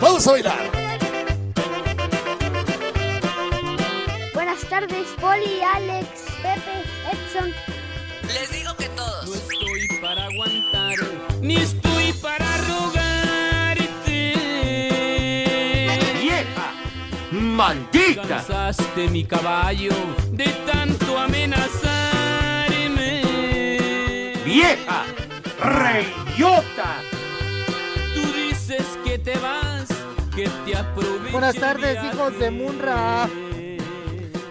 Vamos a bailar. Buenas tardes, Poli, Alex, Pepe, Edson. Les digo que todos. No estoy para aguantar, ni estoy para rogarte. ¡Vieja! ¡Maldita! Cansaste mi caballo de tanto amenazarme. ¡Vieja! ¡Reyota! Tú dices que te vas, que te aprovecho. Buenas tardes, hijos de Munra.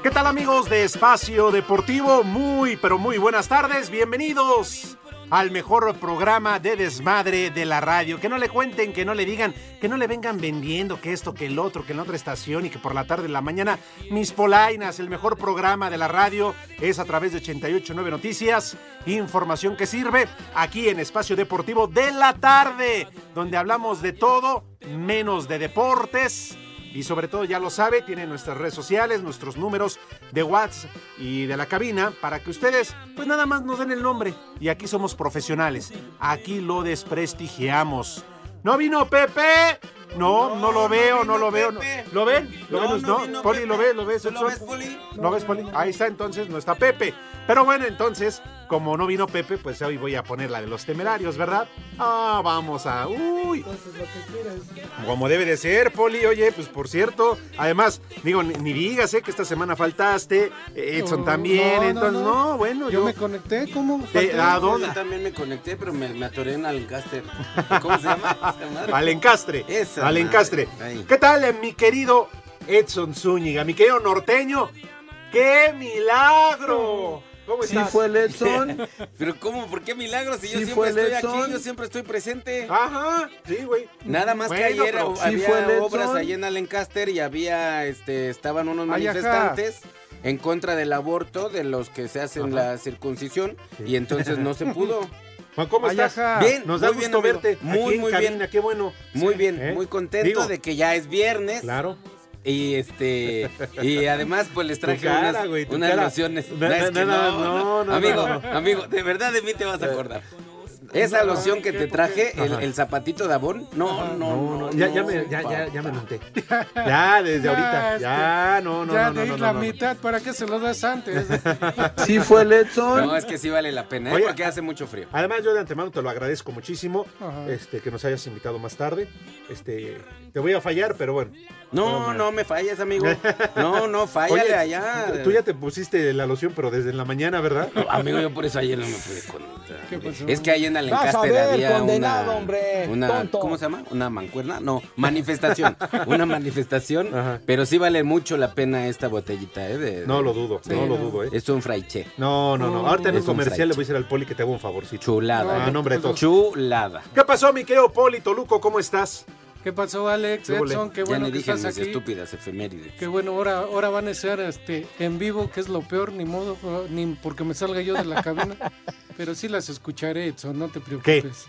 ¿Qué tal amigos de Espacio Deportivo? Muy, pero muy buenas tardes. Bienvenidos al mejor programa de desmadre de la radio. Que no le cuenten, que no le digan, que no le vengan vendiendo que esto, que el otro, que en la otra estación y que por la tarde y la mañana. Mis polainas, el mejor programa de la radio es a través de 889 Noticias. Información que sirve aquí en Espacio Deportivo de la tarde, donde hablamos de todo menos de deportes. Y sobre todo, ya lo sabe, tiene nuestras redes sociales, nuestros números de WhatsApp y de la cabina para que ustedes, pues nada más nos den el nombre. Y aquí somos profesionales. Aquí lo desprestigiamos. ¿No vino Pepe? No, no, lo veo, no, lo veo. no- ¿Lo ven? ¿Lo ven? No, Poli, ¿lo ves? ¿Lo ves? ¿Lo ves, Poli? ¿Lo ves, Poli? Ahí está, entonces no está Pepe. Pero bueno, entonces, como no vino Pepe, pues hoy voy a poner la de los temerarios, ¿verdad? Ah, vamos a. ¡Uy! Como debe de ser, Poli. Oye, pues por cierto, además, digo, ni, ni digas, ¿eh? Que esta semana faltaste, eh, Edson también, No, no, entonces, no, no. bueno, Yo, yo. me conecté, ¿cómo? Eh, ¿A dónde? Yo también me conecté, pero me, me atoré en Alencaster. ¿Cómo se llama? esa madre? Al encastre. Esa al madre. encastre. Ahí. ¿Qué tal, eh, mi querido Edson Zúñiga, mi querido norteño? ¡Qué milagro! ¿Cómo Sí estás? fue el Edson. Pero ¿cómo? ¿Por qué milagro? Si yo Sí siempre fue estoy Edson. aquí, yo siempre estoy presente. Ajá, sí, güey. Nada más que Bueno, ayer pero o- sí había fue Edson. obras allí en Alencaster y había, este, estaban unos Ay, ajá. manifestantes en contra del aborto de los que se hacen la circuncisión y entonces no se pudo. Juan, ¿Cómo Ay, estás? ajá. Bien, Nos da muy bien, gusto amigo. verte. Muy, aquí en muy cabina, bien. Qué bueno. Muy bien, ¿Eh? muy contento Digo, de que ya es viernes. Claro. Y este y además pues les traje Tu cara, unas, güey, tu unas cara. lociones. No, No, es no, que no, no, no, no. no, amigo, no. Eh. amigo, de verdad de mí te vas a acordar. Esa loción que te traje, el, Ajá. Ah, el zapatito de abón, no, no, no, no, Ya, ya, me, ya, ya, ya me monté. Ya, desde Ya, ahorita. este, Ya, no, no, ya no, no, de no, ir la no, no. mitad, ¿para qué se lo das antes? Sí fue el No, Edson. es que sí vale la pena, ¿eh? Oye, porque hace mucho frío. Además, yo de antemano te lo agradezco muchísimo Ajá. este, que nos hayas invitado más tarde. Este, te voy a fallar, pero bueno. No, no me falles, amigo. No, no, fállale Oye, allá. Tú ya te pusiste la loción, pero desde la mañana, ¿verdad? Amigo, yo por eso ayer no me pude conectar. ¿Qué pasó? Es que ahí en Vas a Alencaster ver, había condenado, una, hombre, una- tonto. ¿cómo se llama? Una mancuerna, no, manifestación, una manifestación, Ajá. pero sí vale mucho la pena esta botellita, eh, de- No de- lo dudo, no lo dudo, ¿eh? Es un fraiche, No, no, no. Ahorita en el Es un comercial le voy a site. decir al poli que te hago un favorcito. chulada. Ah, eh. nombre de todos. Chulada. ¿Qué pasó, mi querido poli Toluco? ¿Cómo estás? ¿Qué pasó, Alex? Sí, vole. Edson, qué ya bueno ni que dije estás mis aquí. estúpidas efemérides. Qué bueno, ahora, ahora van a ser este, en vivo, que es lo peor, ni modo, ni porque me salga yo de la cabina. Pero sí las escucharé, Edson, no te preocupes.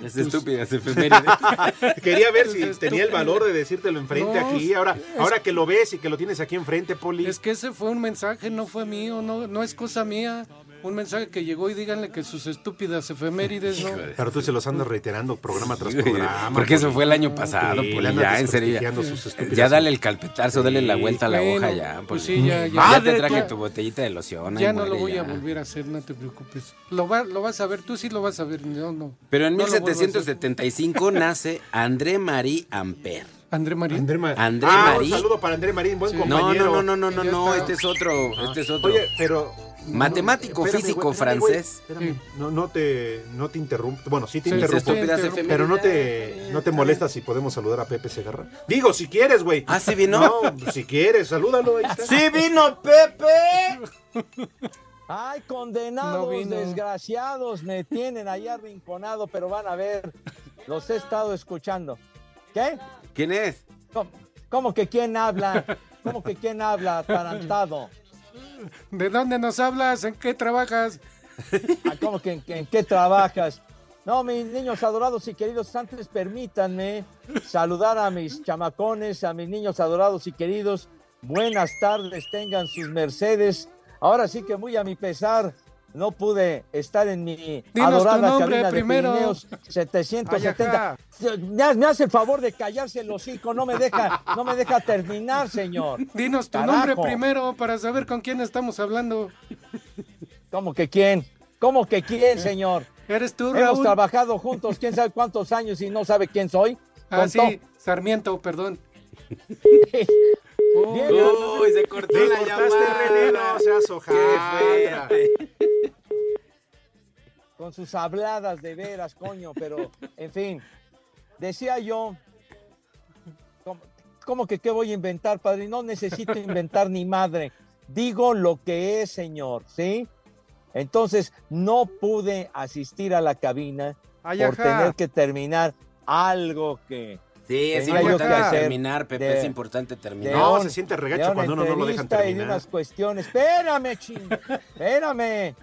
Las tus- estúpidas efemérides. Quería ver si Entonces, tenía el tú- valor de decírtelo enfrente No, aquí. Ahora, ahora que lo ves y que lo tienes aquí enfrente, poli. Es que ese fue un mensaje, no fue mío, no, no es cosa mía. Un mensaje que llegó y díganle que sus estúpidas efemérides, ¿no? Pero tú se los andas reiterando programa tras programa. Porque eso Poli. fue el año pasado, Sí, Poli, le andas ya, en serio. ya. desprestigiando sus estúpidas Ya dale el calpetazo, dale la Sí. vuelta a la Bueno, hoja ya. pues Poli. sí, ya, ya. Ya Madre, te traje ya. tu botellita de loción. ahí Ya no muere, lo voy a ya. volver a hacer, no te preocupes. Lo, va- lo vas a ver, tú sí lo vas a ver, no, no. Pero en No lo vuelvo a hacer. 1775 nace André Marie Ampère. André Marín. André, Ma- André Ah, Marín. Un saludo para André Marín, buen Sí. No, compañero. no, no, no, no, no, Ya no, está. este es otro, este es otro. Oye, pero. Matemático, Espérame, físico, güey, espérame, güey, francés. espérame. No, no te, no te interrumpo. Bueno, sí te Sí, Mis interrumpo. sí, estúpidas interrumpo. Pero no te, efemérides. no te molesta si podemos saludar a Pepe Segarra. Digo, si quieres, güey. Ah, ¿sí vino? No, si quieres, salúdalo. Ahí está. ¡Sí vino Pepe! Ay, condenados, No vino. desgraciados, me tienen ahí arrinconado, pero van a ver, los he estado escuchando. ¿Qué? ¿Quién es? ¿Cómo, cómo que quién habla? ¿Cómo que quién habla, atarantado? ¿De dónde nos hablas? ¿En qué trabajas? Ah, ¿Cómo que en, que- en qué trabajas? No, mis niños adorados y queridos, antes permítanme saludar a mis chamacones, a mis niños adorados y queridos. Buenas tardes, tengan sus mercedes. Ahora sí que muy a mi pesar, no pude estar en mi Dinos tu adorada nombre cabina primero. de Pirineos 770. Ayajá. Me ha- me hace el favor de callarse el hocico, no me deja, no me deja terminar, señor. Dinos tu Carajo. nombre primero para saber con quién estamos hablando. ¿Cómo que quién? ¿Cómo que quién, señor? Eh, Eres tú, Hemos Raúl. trabajado juntos, quién sabe cuántos años y no sabe quién soy. Ah, Tonto. sí, Sarmiento, perdón. Bien, Uy, se cortó Te la cortaste, René, no seas hojaldra. con sus habladas de veras, coño, pero en fin. Decía yo, ¿cómo, cómo que qué voy a inventar, padre? No necesito inventar ni madre. Digo lo que es, señor, ¿sí? Entonces, no pude asistir a la cabina Ay, por ajá. tener que terminar algo que. Sí, es tenía yo importante que hacer terminar, Pepe, de- es importante terminar. de un- de una entrevista y de unas cuestiones, espérame, ching, espérame,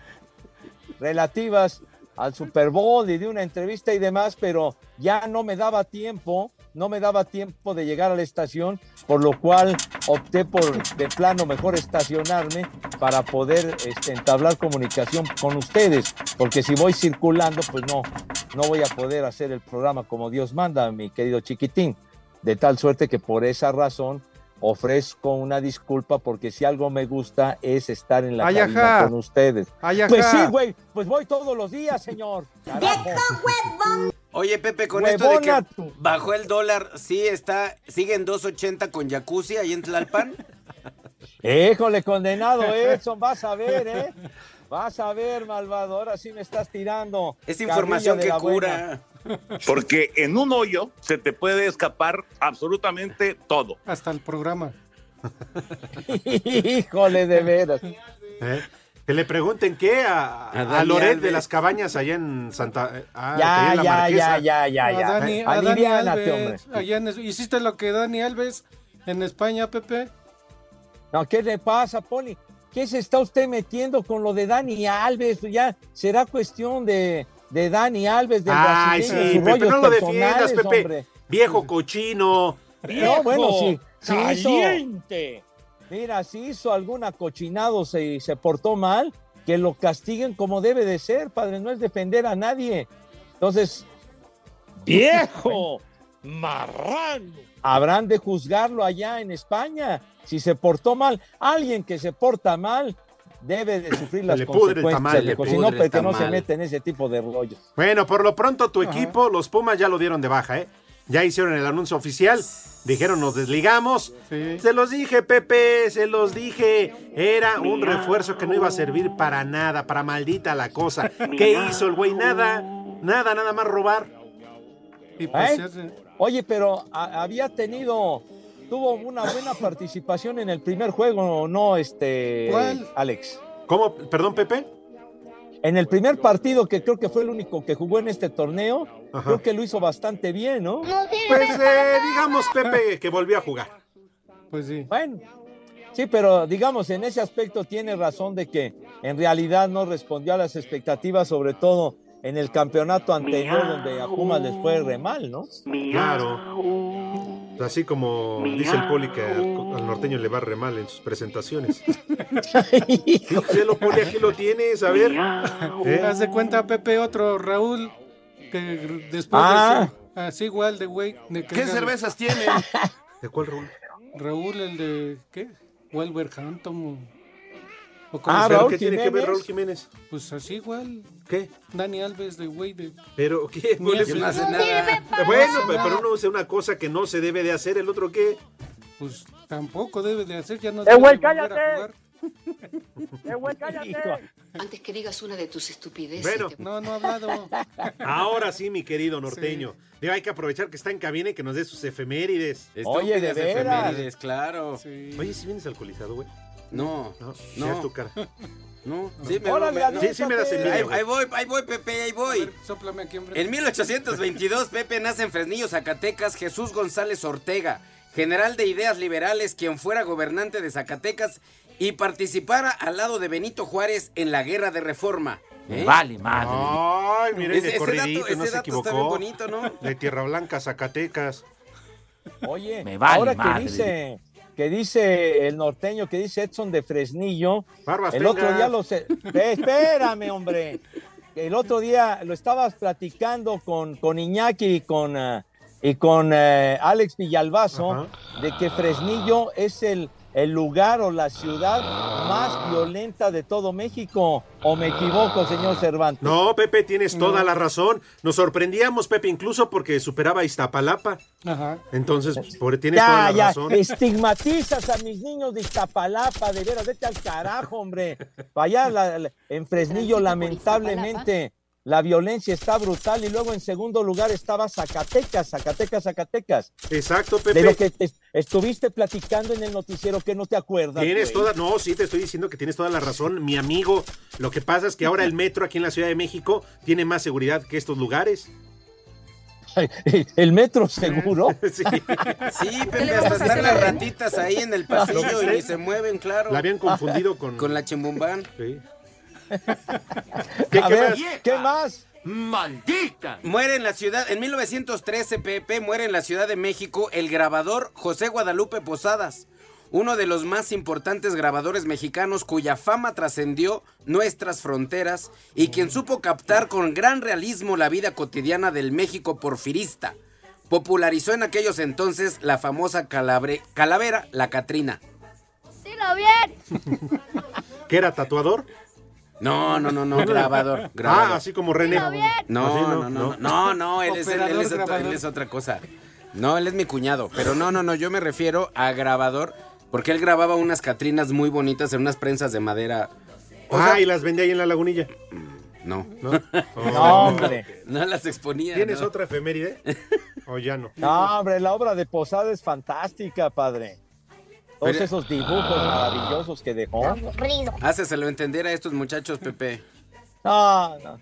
relativas al Super Bowl y de una entrevista y demás, pero ya no me daba tiempo, no me daba tiempo de llegar a la estación, por lo cual opté por de plano mejor estacionarme para poder este, entablar comunicación con ustedes, porque si voy circulando, pues no, no voy a poder hacer el programa como Dios manda, mi querido chiquitín. De tal suerte que por esa razón ofrezco una disculpa porque si algo me gusta es estar en la Ay, cabina ajá. con ustedes. Ay, ajá. Pues sí, güey, pues voy todos los días, señor. Carajo. Oye, Pepe, con Huevona esto de que bajó el dólar, sí está, sigue en 2.80 con jacuzzi ahí en Tlalpan. Híjole, condenado Edson, vas a ver, ¿eh? Vas a ver, malvado, ahora sí me estás tirando. Es carrilla información de que la buena. cura. Porque en un hoyo se te puede escapar absolutamente todo. Hasta el programa. Híjole, de veras. ¿Eh? Que le pregunten qué a, A a Dani Loret Alves. de las Cabañas allá en Santa. ah, allá Ya, en la ya, Marquesa. ya, ya, ya, A Dani, a Dani Aliviánate, Alves, hombre. allá en es- ¿Hiciste lo que Dani Alves en España, Pepe? No, ¿qué le pasa, Poli? ¿Qué se está usted metiendo con lo de Dani Alves? Ya será cuestión de, de Dani Alves, del Ay, sí, brasileño, pues, sus Pepe, rollos no lo defiendas, personales, Pepe. hombre. Viejo cochino. No, bueno, sí. sí hizo- caliente. mira, si hizo algún acochinado se- y se portó mal, que lo castiguen como debe de ser, padre. No es defender a nadie. Entonces. ¡Viejo! ¡Marrano! Habrán de juzgarlo allá en España. Si se portó mal, alguien que se porta mal debe de sufrir las le pudre el consecuencias. tamal, le viejo. pudre si no, el porque no se tamal. mete en ese tipo de rollos. Bueno, por lo pronto tu Ajá. equipo, los Pumas, ya lo dieron de baja, ¿eh? Ya hicieron el anuncio oficial. Dijeron, nos desligamos. Se los dije, Pepe, se los dije. Era un refuerzo que no iba a servir para nada, para maldita la cosa. ¿Qué hizo el güey? Nada, nada, nada más robar. pues ¿Eh? Oye, pero a- había tenido, tuvo una buena participación en el primer juego, ¿o ¿no, este, ¿Cuál? Alex? ¿Cómo? Perdón, Pepe. En el primer partido, que creo que fue el único que jugó en este torneo, creo que lo hizo bastante bien, ¿no? Pues eh, digamos, Pepe, que volvió a jugar. Pues sí. Bueno, sí, pero digamos, en ese aspecto tiene razón de que en realidad no respondió a las expectativas, sobre todo en el campeonato anterior, donde a Pumas les fue re mal, ¿no? Claro. Así como dice el poli que al, al norteño le va re mal en sus presentaciones. Se lo pone aquí, lo tienes, a ver. ¿Eh? Haz de cuenta, Pepe, otro Raúl, que r- después Ah. de ese- así igual de güey. de que ¿Qué era- cervezas tienen? ¿De cuál Raúl? Raúl, el de, ¿qué? Wolverhampton. o- o como Ah, sea. Raúl ¿Qué tiene que ver Raúl Jiménez? Pues así igual. ¿Qué? Dani Alves de güey de... Pero ¿qué? Ni hace No hace nada. nada. Bueno, No hace pe- pero nada. uno hace una cosa que no se debe de hacer, el otro qué. Pues tampoco debe de hacer, ya no Eh, debe güey, de volver a cállate. jugar. Antes que digas una de tus estupideces. este, Bueno. te- No, no ha hablado. Ahora sí, mi querido norteño. Digo, hay que aprovechar que está en cabina y que nos dé sus efemérides. Oye, de Estúpidas veras. efemérides, claro. Oye, si vienes alcoholizado, güey. No, no. Mira tu cara. No, sí me, Órale, me- no. sí, sí me das envidia, Ahí, güey. ahí voy, ahí voy, Pepe, ahí voy. Sóplame aquí, hombre. En 1822, Pepe nace en Fresnillo, Zacatecas, Jesús González Ortega, general de ideas liberales, quien fuera gobernante de Zacatecas y participara al lado de Benito Juárez en la Guerra de Reforma. ¿eh? Vale, madre. Ay, mire, Ese- de ese corridito, dato- no ese se dato equivocó. está bien bonito, ¿no? De Tierra Blanca, Zacatecas. Oye, Me vale ahora madre. que dice, que dice el norteño, que dice Edson de Fresnillo, Barbas el tengas. otro día lo sé- Ve, espérame, hombre. El otro día lo estabas platicando con, con Iñaki y con, ah, y con eh, Alex Villalbazo de que Fresnillo es el, el lugar o la ciudad más violenta de todo México. ¿O me equivoco, señor Cervantes? No, Pepe, tienes toda la razón. Nos sorprendíamos, Pepe, incluso porque superaba a Iztapalapa. Ajá. Entonces, pues, por, tienes toda Ya, la ya, este razón. estigmatizas a mis niños de Iztapalapa, de veras, vete al carajo, hombre. Allá la- la- en Fresnillo, lamentablemente, la violencia está brutal y luego en segundo lugar estaba Zacatecas, Zacatecas, Zacatecas. Exacto, Pepe. De lo que te- estuviste platicando en el noticiero que no te acuerdas. Tienes güey. toda, no, sí, te estoy diciendo que tienes toda la razón, mi amigo. Lo que pasa es que ahora el metro aquí en la Ciudad de México tiene más seguridad que estos lugares. El metro seguro. Sí, Pepe, hasta están las ratitas ahí en el ¿Lo pasillo y viste? ni se mueven, claro. La habían confundido con. Con la chimbumbán. ¿Qué, A qué ver, más? ¿Qué más? ¡Maldita! Muere en la ciudad, en 1913, Pepe, muere en la Ciudad de México el grabador José Guadalupe Posadas, uno de los más importantes grabadores mexicanos cuya fama trascendió nuestras fronteras y quien supo captar con gran realismo la vida cotidiana del México porfirista. Popularizó en aquellos entonces la famosa calabre- calavera, la Catrina. ¡Dilo bien! ¿Qué era tatuador? No, no, no, no, grabador. grabador. Ah, así como René. Dilo bien. ¿Ah, No, no, no, no, no, no, él, es, él Operador es otra, grabador. él es otra cosa. No, él es mi cuñado, pero no, no, no, yo me refiero a grabador, porque él grababa unas catrinas muy bonitas en unas prensas de madera. Ah, y las vendía ahí en la lagunilla. No. No, Oh. No, hombre. No las exponía. ¿Tienes ¿no? otra efeméride? O ya no. No, hombre, la obra de Posada es fantástica, padre. Todos Pero- Ah. esos dibujos maravillosos que dejó. Háceselo entender a estos muchachos, Pepe. No, no.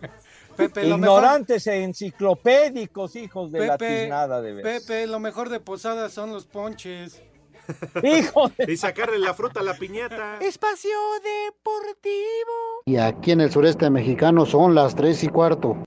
Pepe, lo Ignorantes e enciclopédicos, hijos de la Pepe, tiznada de veras. Pepe, lo mejor de Posadas son los ponches. Hijo Y sacarle la fruta a la piñata. Espacio Deportivo. Y aquí en el sureste mexicano son las tres y cuarto.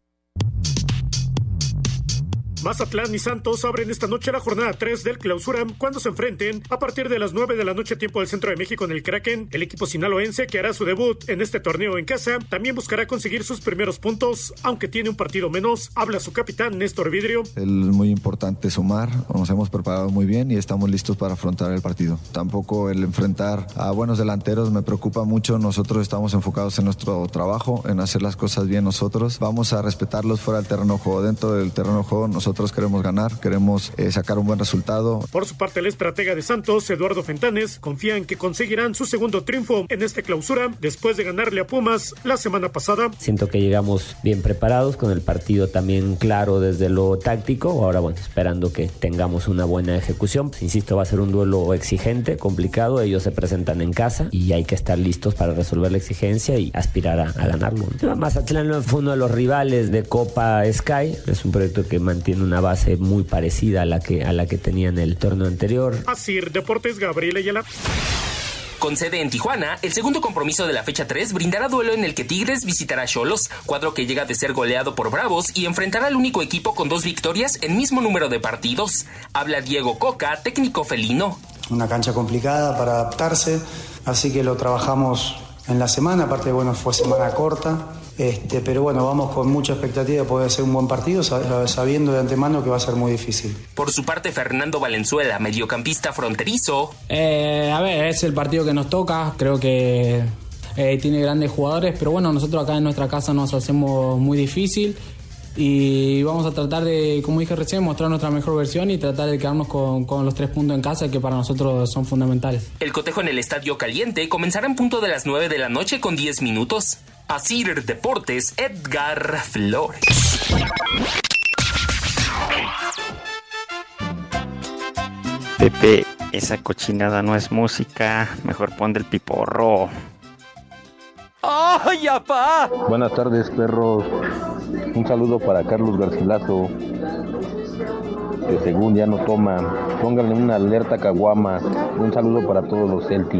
Mazatlán y Santos abren esta noche la jornada 3 del clausura cuando se enfrenten a partir de las 9 de la noche tiempo del centro de México en el Kraken. El equipo sinaloense que hará su debut en este torneo en casa también buscará conseguir sus primeros puntos, aunque tiene un partido menos. Habla su capitán Néstor Vidrio. Es muy importante sumar, nos hemos preparado muy bien y estamos listos para afrontar el partido. Tampoco el enfrentar a buenos delanteros me preocupa mucho, nosotros estamos enfocados en nuestro trabajo, en hacer las cosas bien nosotros. Vamos a respetarlos fuera del terreno de juego, dentro del terreno de juego nosotros queremos ganar, queremos eh, sacar un buen resultado. Por su parte, el estratega de Santos, Eduardo Fentanes, confía en que conseguirán su segundo triunfo en este clausura después de ganarle a Pumas la semana pasada. Siento que llegamos bien preparados, con el partido también claro desde lo táctico. Ahora, bueno, esperando que tengamos una buena ejecución. Pues, Insisto, va a ser un duelo exigente, complicado. Ellos se presentan en casa y hay que estar listos para resolver la exigencia y aspirar a, a ganarlo. Mazatlán fue uno de los rivales de Copa Sky. Es un proyecto que mantiene una base muy parecida a la que, a la que tenía en el torneo anterior. Así, Deportes Gabriel Ayala. Con sede en Tijuana, el segundo compromiso de la fecha 3 brindará duelo en el que Tigres visitará a Cholos, cuadro que llega de ser goleado por Bravos y enfrentará al único equipo con dos victorias en mismo número de partidos. Habla Diego Coca, técnico felino. una cancha complicada para adaptarse, así que lo trabajamos en la semana, aparte bueno, fue semana corta, este, pero bueno, vamos con mucha expectativa de poder hacer un buen partido, sab- sabiendo de antemano que va a ser muy difícil. Por su parte, Fernando Valenzuela, mediocampista fronterizo, Eh, a ver, es el partido que nos toca, creo que eh, tiene grandes jugadores, pero bueno, nosotros acá en nuestra casa nos hacemos muy difícil y vamos a tratar de, como dije recién, mostrar nuestra mejor versión y tratar de quedarnos con, con los tres puntos en casa que para nosotros son fundamentales. el cotejo en el Estadio Caliente comenzará en punto de las 9 de la noche con 10 minutos. Asir Deportes, Edgar Flores. Pepe, Esa cochinada no es música. Mejor pon del piporro. ¡Ay, apá! Buenas tardes, perros. Un saludo para Carlos Garcilaso, que según ya no toma. Pónganle una alerta caguama. Un saludo para todos los Celti.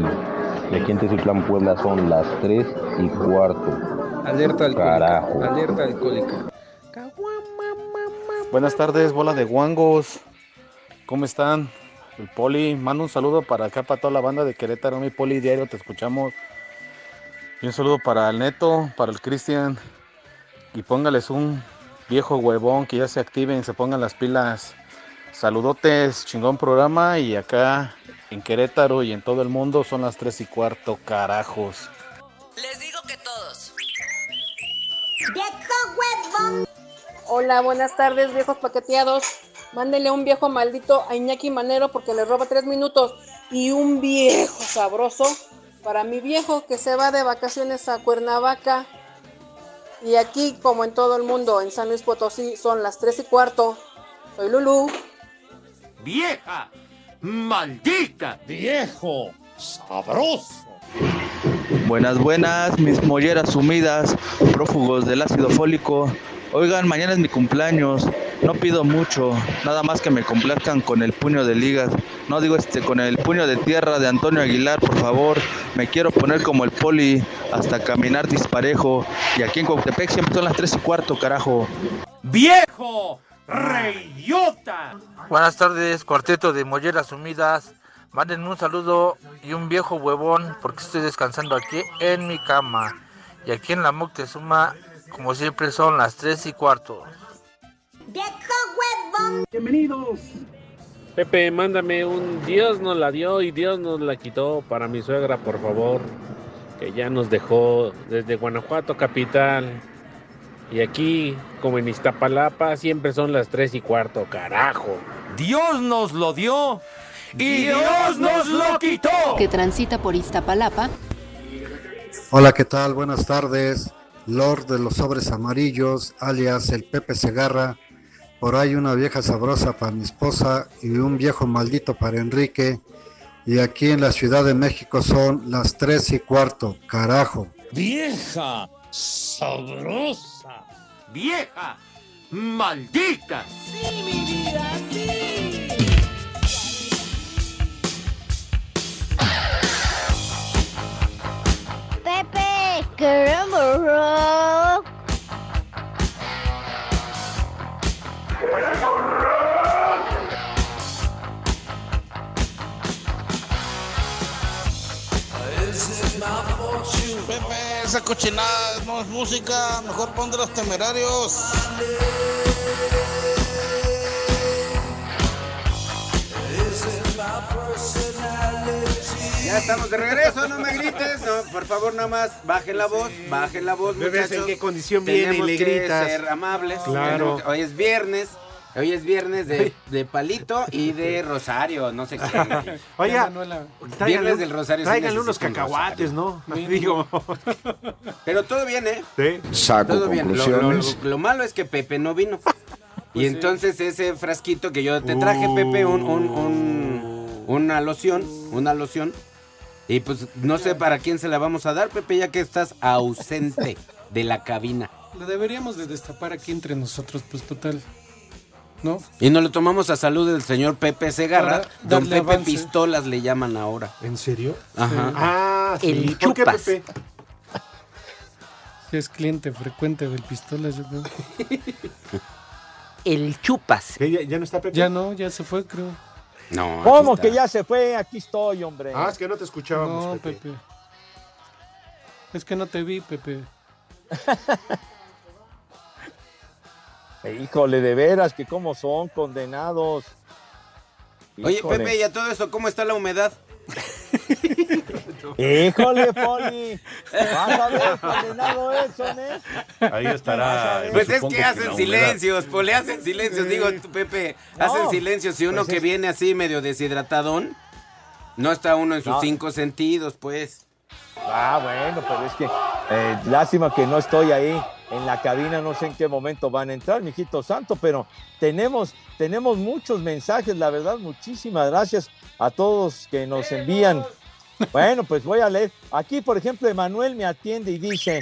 Y aquí en Tezutlán, Puebla, son las 3 y cuarto. Alerta alcohólica. Carajo. Alerta alcohólica. Buenas tardes, bola de guangos. ¿Cómo están? El Poli, mando un saludo para acá, para toda la banda de Querétaro, mi Poli Diario, te escuchamos. Y un saludo para el Neto, para el Cristian. Y póngales un viejo huevón que ya se activen, se pongan las pilas. Saludotes, chingón programa. Y acá en Querétaro y en todo el mundo son las 3 y cuarto, carajos. Les digo que todos. Hola, buenas tardes, viejos paqueteados. Mándele un viejo maldito a Iñaki Manero porque le roba tres minutos. Y un viejo sabroso para mi viejo que se va de vacaciones a Cuernavaca. Y aquí, como en todo el mundo, en San Luis Potosí, son las tres y cuarto. Soy Lulu. ¡Vieja! ¡Maldita! ¡Viejo! ¡Sabroso! Buenas, buenas, mis molleras sumidas, prófugos del ácido fólico. Oigan, mañana es mi cumpleaños. No pido mucho, nada más que me complazcan con el puño de ligas. No digo este, con el puño de tierra de Antonio Aguilar, por favor. Me quiero poner como el poli, hasta caminar disparejo. Y aquí en Coctepec siempre son las 3 y cuarto, carajo. ¡Viejo! ¡Reyota! Buenas tardes, cuarteto de Molleras Sumidas. Mándenme un saludo y un viejo huevón porque estoy descansando aquí en mi cama. Y aquí en la Moctezuma, como siempre, son las 3 y cuarto. Bienvenidos. Pepe, mándame un Dios nos la dio y Dios nos la quitó para mi suegra, por favor, que ya nos dejó desde Guanajuato capital. Y aquí, como en Iztapalapa, siempre son las tres y cuarto, carajo. Dios nos lo dio y Dios nos lo quitó. Que transita por Iztapalapa. Hola, ¿qué tal? Buenas tardes. Lord de los sobres amarillos, alias el Pepe Segarra. Por ahí una vieja sabrosa para mi esposa y un viejo maldito para Enrique. Y aquí en la Ciudad de México son las tres y cuarto. Carajo. ¡Vieja! ¡Sabrosa! ¡Vieja! ¡Maldita! ¡Sí, mi vida, sí! Pepe, queremos rock. Pepe, esa cochinada no es música, mejor pon de los temerarios. Ya estamos de regreso, no me grites, no, por favor, nada más, bajen la voz, bajen la voz, Ve, ves muchachos. en qué condición viene y Tenemos le que gritas. ser amables. Claro. Tenemos- Hoy es viernes, hoy es viernes de, de palito y de rosario, no sé qué. Oiga, Viernes del Rosario sí Tráiganle unos necesito un cacahuates, ¿no? Digo, Pero todo bien, ¿eh? Saco Todo bien. Lo, lo- conclusiones. lo malo es que Pepe no vino. Pues y entonces ese frasquito que yo te traje, Pepe, un, un- un- una loción, una loción. Y pues no sé para quién se la vamos a dar, Pepe, ya que estás ausente de la cabina. Lo deberíamos de destapar aquí entre nosotros, pues total. ¿No? Y nos lo tomamos a salud del señor Pepe Segarra. Para Don darle Pepe avance. Pistolas le llaman ahora. ¿En serio? Ajá. Ah, sí. El ¿Por qué, chupas. Pepe? Sí, Es cliente frecuente del Pistolas, yo creo. El chupas. ¿Ya, ya no está Pepe? Ya no, ya se fue, creo. No. ¿Cómo que ya se fue? Aquí estoy, hombre. Ah, es que no te escuchábamos, No, Pepe. Pepe. Es que no te vi, Pepe. Híjole, de veras, que cómo son condenados. Oye, Híjole. Pepe, y a todo eso, ¿cómo está la humedad? Híjole, Poli. Vas a ver, condenado eso, ¿eh? Ahí estará. Pues es supongo que hacen la humedad. silencios, pues le hacen silencios, digo tú, Pepe, No, hacen silencios y uno pues que es- viene así medio deshidratadón, no está uno en sus No. cinco sentidos, pues. pues Ah, bueno, pero es que eh, lástima que no estoy ahí. en la cabina, no sé en qué momento van a entrar, mijito santo, pero tenemos, tenemos muchos mensajes, la verdad, muchísimas gracias a todos que nos envían. Bueno, pues voy a leer. Aquí, por ejemplo, Emanuel me atiende y dice,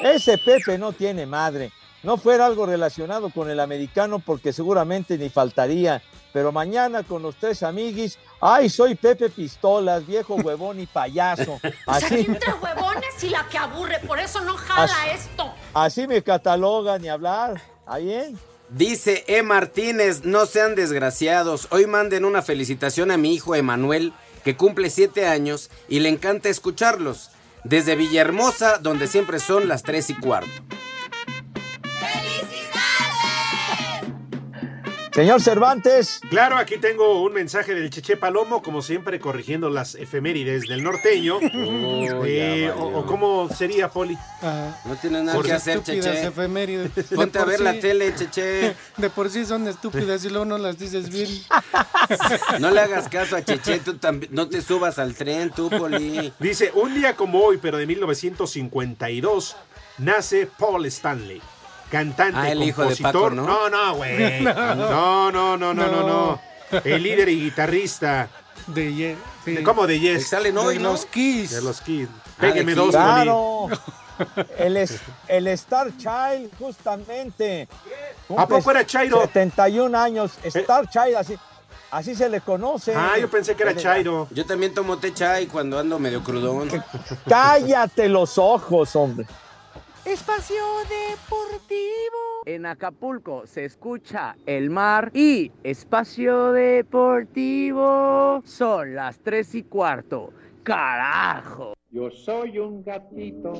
ese Pepe no tiene madre. No fuera algo relacionado con el americano porque seguramente ni faltaría. Pero mañana con los tres amiguis, ay, soy Pepe Pistolas, viejo huevón y payaso. O sea, aquí Así, entre huevones y la que aburre, por eso no jala Ah, Así- esto. así me catalogan ni hablar. Ahí ¿eh? bien? Dice E. Martínez, no sean desgraciados. Hoy manden una felicitación a mi hijo Emanuel, que cumple siete años y le encanta escucharlos. Desde Villahermosa, donde siempre son las tres y cuarto. Señor Cervantes. Claro, aquí tengo un mensaje del Cheche Palomo, como siempre, corrigiendo las efemérides del norteño. Eh, ya valió. o, o cómo sería, Poli? Ah. No tienes nada Por que hacer, estúpidas Cheche. efemérides. De Ponte a por ver la tele, Cheche. De por sí son estúpidas y luego no las dices bien. No le hagas caso a Cheche, tú también. No te subas al tren, tú, Poli. Dice, un día como hoy, pero de 1952, nace Paul Stanley. Cantante, Ah, el hijo de compositor. Paco, ¿no? No, no, güey. No. No, no, no, no, no, no. El líder y guitarrista. De Ye- de- ¿Cómo de Yes? Salen hoy, de ¿no? los Kiss. De los Kids. Ah, de Pégueme Kiss. dos, Poli. Claro. El, es- el Star Child, justamente. ¿A poco era Chairo? Eh. 71 años. Star Child, así, así se le conoce. Ah, yo pensé que era El- Chairo. Yo también tomo té chai cuando ando medio crudón. Cállate los ojos, hombre. Espacio Deportivo. En Acapulco se escucha el mar y Espacio Deportivo. Son las tres y cuarto. ¡Carajo! Yo soy un gatito.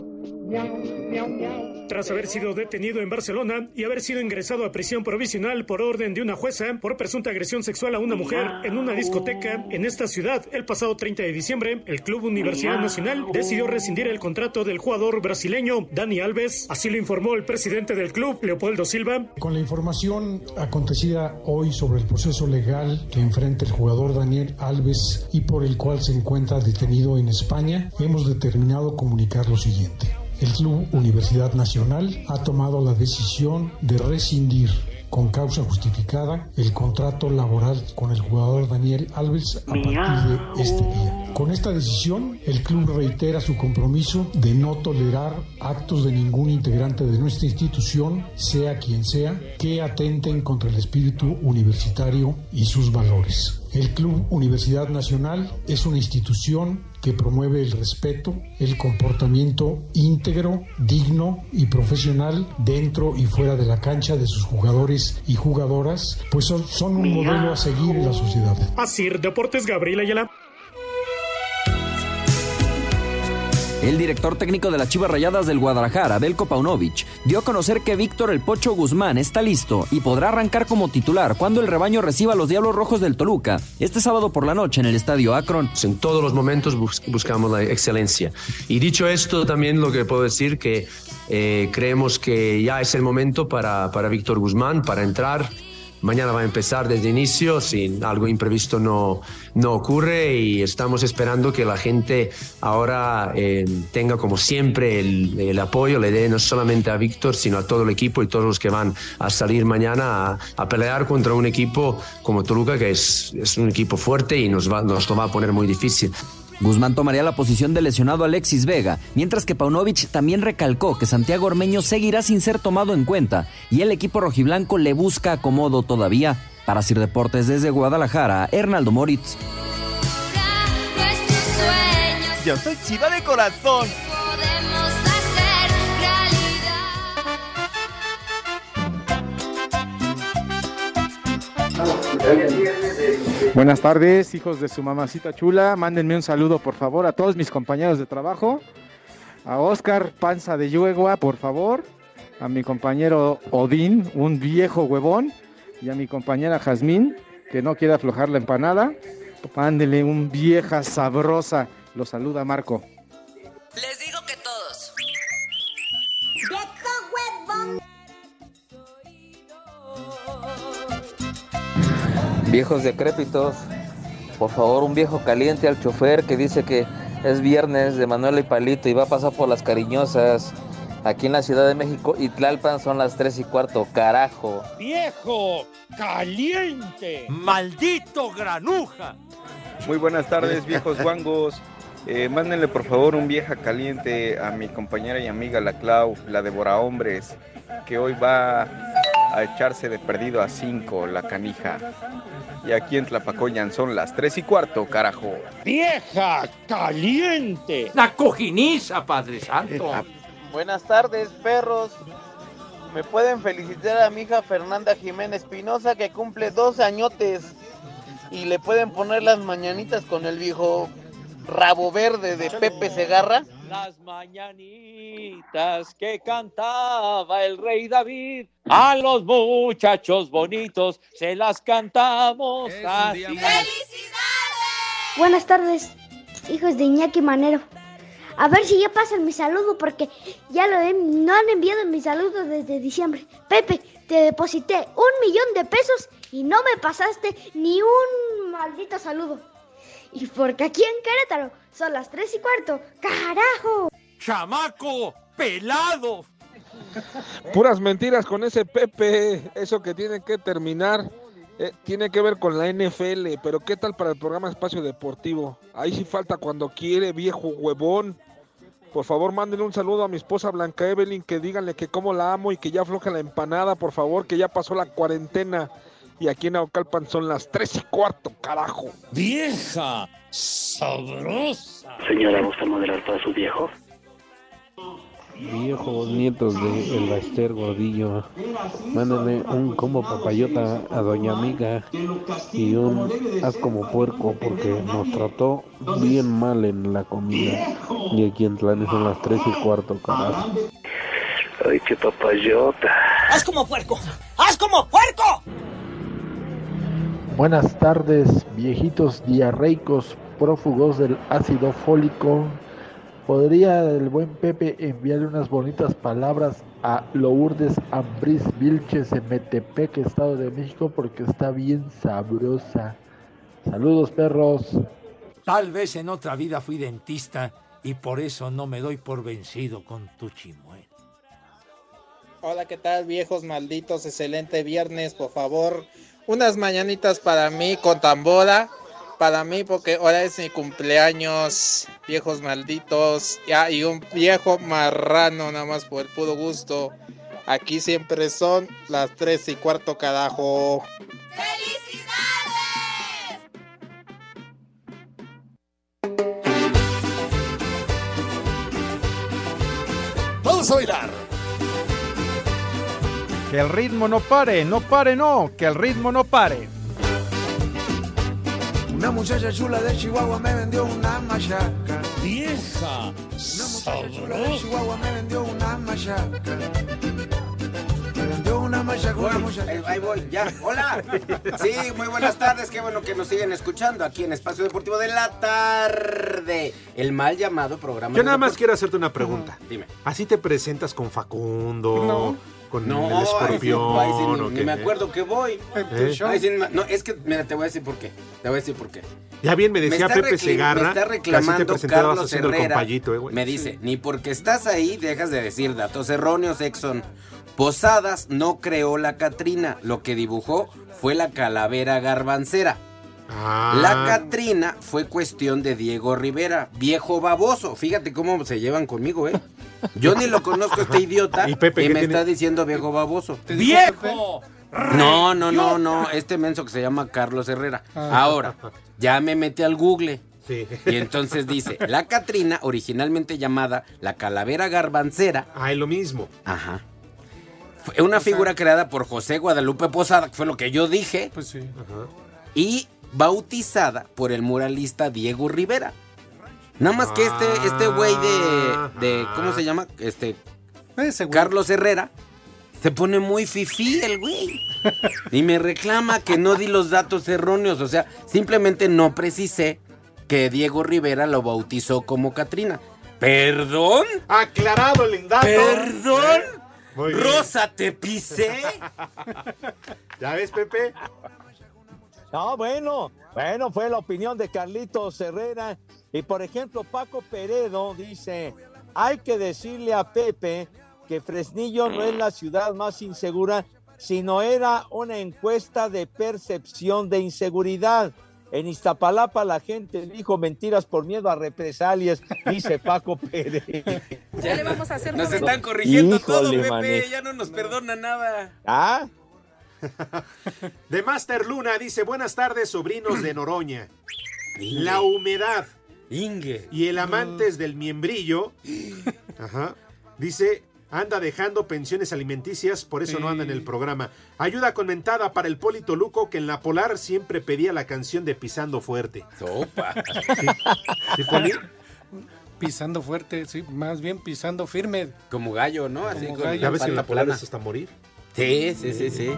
Tras haber sido detenido en Barcelona y haber sido ingresado a prisión provisional por orden de una jueza por presunta agresión sexual a una mujer en una discoteca en esta ciudad el pasado 30 de diciembre, el Club Universidad Nacional decidió rescindir el contrato del jugador brasileño Dani Alves. Así lo informó el presidente del club, Leopoldo Silva. Con la información acontecida hoy sobre el proceso legal que enfrenta el jugador Daniel Alves y por el cual se encuentra detenido en España, hemos determinado comunicar lo siguiente. El Club Universidad Nacional ha tomado la decisión de rescindir con causa justificada el contrato laboral con el jugador Daniel Alves a partir de este día. Con esta decisión, el club reitera su compromiso de no tolerar actos de ningún integrante de nuestra institución, sea quien sea, que atenten contra el espíritu universitario y sus valores. El Club Universidad Nacional es una institución que promueve el respeto, el comportamiento íntegro, digno y profesional dentro y fuera de la cancha de sus jugadores y jugadoras, pues son, son un modelo a seguir en la sociedad. Así, Deportes Gabriela Ayala. El director técnico de las Chivas Rayadas del Guadalajara, Belko Paunovic, dio a conocer que Víctor El Pocho Guzmán está listo y podrá arrancar como titular cuando el rebaño reciba a los Diablos Rojos del Toluca este sábado por la noche en el Estadio Akron. En todos los momentos bus- buscamos la excelencia. Y dicho esto, también lo que puedo decir que eh, creemos que ya es el momento para, para Víctor Guzmán, para entrar. Mañana va a empezar desde inicio, si algo imprevisto no, no ocurre y estamos esperando que la gente ahora eh, tenga como siempre el, el apoyo, le dé no solamente a Víctor, sino a todo el equipo y todos los que van a salir mañana a, a pelear contra un equipo como Toluca, que es, es un equipo fuerte y nos, va, nos lo va a poner muy difícil. Guzmán tomaría la posición del lesionado Alexis Vega, mientras que Paunovic también recalcó que Santiago Ormeño seguirá sin ser tomado en cuenta y el equipo rojiblanco le busca acomodo todavía. Para Sir Deportes desde Guadalajara, Hernaldo Moritz. Yo soy chiva de corazón. Buenas tardes, hijos de su mamacita chula. Mándenme un saludo, por favor, a todos mis compañeros de trabajo. A Oscar Panza de Yegua, por favor. A mi compañero Odín, un viejo huevón. Y a mi compañera Jazmín, que no quiere aflojar la empanada. Mándele un vieja sabrosa. Lo saluda Marco. Les digo que todos. Viejos decrépitos, por favor, un viejo caliente al chofer que dice que es viernes de Manuel y Palito y va a pasar por las cariñosas. Aquí en la Ciudad de México y Tlalpan son las 3 y cuarto, carajo. ¡Viejo! ¡Caliente! ¡Maldito granuja! Muy buenas tardes, viejos guangos. Eh, mándenle por favor un vieja caliente a mi compañera y amiga la Clau, la devora hombres, que hoy va a echarse de perdido a 5 la canija. Y aquí en Tlapacoyan son las 3 y cuarto, carajo. ¡Vieja! ¡Caliente! La cojiniza, Padre Santo. Buenas tardes, perros. Me pueden felicitar a mi hija Fernanda Jiménez Pinoza que cumple dos añotes y le pueden poner las mañanitas con el viejo rabo verde de Pepe Segarra. Las mañanitas que cantaba Ah, el rey David, a los muchachos bonitos se las cantamos así. Buenas tardes, hijos de Iñaki Manero. A ver si ya pasan mi saludo porque ya lo he- no han enviado mi saludo desde diciembre. Pepe, te deposité un millón de pesos y no me pasaste ni un maldito saludo. Y porque aquí en Querétaro son las 3 y cuarto. ¡Carajo! ¡Chamaco! ¡Pelado! Puras mentiras con ese Pepe, eso que tiene que terminar. eh, tiene que ver con la NFL, pero ¿qué tal para el programa Espacio Deportivo? Ahí sí falta cuando quiere, viejo huevón. Por favor, mándenle un saludo a mi esposa Blanca Evelyn, que díganle que cómo la amo y que ya afloja la empanada, por favor, que ya pasó la cuarentena. Y aquí en Aucalpan son las tres y cuarto, carajo. ¡Vieja! ¡Sabrosa! Señora, ¿gusta moderar para su viejo? Viejos nietos de El Baster Gordillo, mándenle un como papayota a Doña Amiga y un haz como puerco porque nos trató bien mal en la comida. Y aquí en Tlanes son las tres y cuarto, carajo. Ay, qué papayota. ¡Haz como puerco! ¡Haz como puerco! Buenas tardes, viejitos diarreicos prófugos del ácido fólico. ¿Podría el buen Pepe enviarle unas bonitas palabras a Lourdes Ambriz Vilches en Metepec, Estado de México, porque está bien sabrosa? Saludos, perros. Tal vez en otra vida fui dentista y por eso no me doy por vencido con tu chimuelo. Hola, ¿qué tal, viejos malditos? Excelente viernes, por favor. Unas mañanitas para mí con tambora. Para mí, porque ahora es mi cumpleaños, viejos malditos. Ya, y un viejo marrano, nada más por el puro gusto. Aquí siempre son las tres y cuarto, carajo. Vamos a bailar. Que el ritmo no pare, no pare, no, que el ritmo no pare. Una muchacha chula de Chihuahua me vendió una machaca. ¡Vieja! Chula de ¡Sabrosa! Chihuahua me vendió una machaca. Me vendió una machaca. una Voy, muchacha- ahí- ahí voy, ya. Hola. Sí, muy buenas tardes. Qué bueno que nos siguen escuchando aquí en Espacio Deportivo de la Tarde. El mal llamado programa. Yo de nada deportes. más quiero hacerte una pregunta. Mm, Dime. ¿Así te presentas con Facundo? No. ¿Con No, el ahí sí- escorpión? ahí sí ni- o ni qué? ¿Eh? me acuerdo que voy. tu Ahí show. sí ni me- no, es que, mira, te voy a decir por qué. Te voy a decir por qué. Ya bien me decía está Pepe reclam- Me Segarra está que así te reclamando presentabas Carlos haciendo el Herrera. compayito, eh, güey. me dice, ni porque estás ahí dejas de decir datos erróneos, Exxon. Posadas no creó la Catrina, lo que dibujó fue la calavera garbancera. Ah. La Catrina fue cuestión de Diego Rivera, viejo baboso. Fíjate cómo se llevan conmigo, ¿eh? Yo ni lo conozco este idiota y, ¿Y Pepe qué me tiene? está diciendo viejo baboso. ¡Viejo! No, no, no, no. Este menso que se llama Carlos Herrera. Ah. Ahora, ya me metí al Google. Y entonces dice, la Catrina, originalmente llamada la calavera garbancera. Ah, es lo mismo. Ajá. Fue una figura creada por José Guadalupe Posada, que fue lo que yo dije. Pues sí. Y bautizada por el muralista Diego Rivera. Nada más que este, este güey de, de- Ah. ¿cómo se llama? Este, Carlos Herrera, se pone muy fifí el güey. Y me reclama que no di los datos erróneos. O sea, simplemente no precisé que Diego Rivera lo bautizó como Catrina. ¿Perdón? Aclarado el dato. ¿Perdón? Muy bien. Rosa, te pisé. ¿Ya ves, Pepe? No, bueno, bueno, fue la opinión de Carlitos Herrera. Y por ejemplo, Paco Peredo dice, hay que decirle a Pepe que Fresnillo no es la ciudad más insegura, sino era una encuesta de percepción de inseguridad. En Iztapalapa la gente dijo mentiras por miedo a represalias, dice Paco Pérez. Ya le vamos a hacer Nos están corrigiendo todo, Híjole, Pepe. mané. Ya no nos perdona nada. ¿Ah? De Master Luna dice, buenas tardes, sobrinos de Noroña. La humedad Inge. y el amantes del miembrillo, ajá, dice, anda dejando pensiones alimenticias, por eso no anda en el programa. Ayuda comentada para el Polito Luco, que en la Polar siempre pedía la canción de Pisando Fuerte. Sopa. Pisando fuerte, sí, más bien pisando firme. Como gallo, ¿no? Así Como con gallo. la Ya ves que pata la plana. palabra es hasta morir. Sí, sí, sí, sí.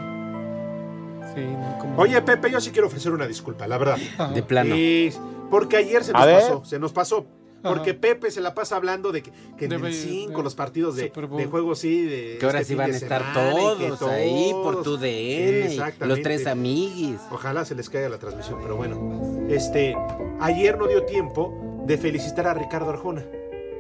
Oye, Pepe, yo sí quiero ofrecer una disculpa, la verdad. Ah. De plano. Sí, porque ayer se nos A ver. pasó, se nos pasó. Porque Pepe se la pasa hablando de que, que en Debe- el 5 los partidos de, Super Bowl. de juego sí, de Que ahora este sí fin van de a estar semana y que todos, ahí por tu todos. DN. y Exactamente. los tres amiguis. Ojalá se les caiga la transmisión, pero bueno. Este, ayer no dio tiempo de felicitar a Ricardo Arjona.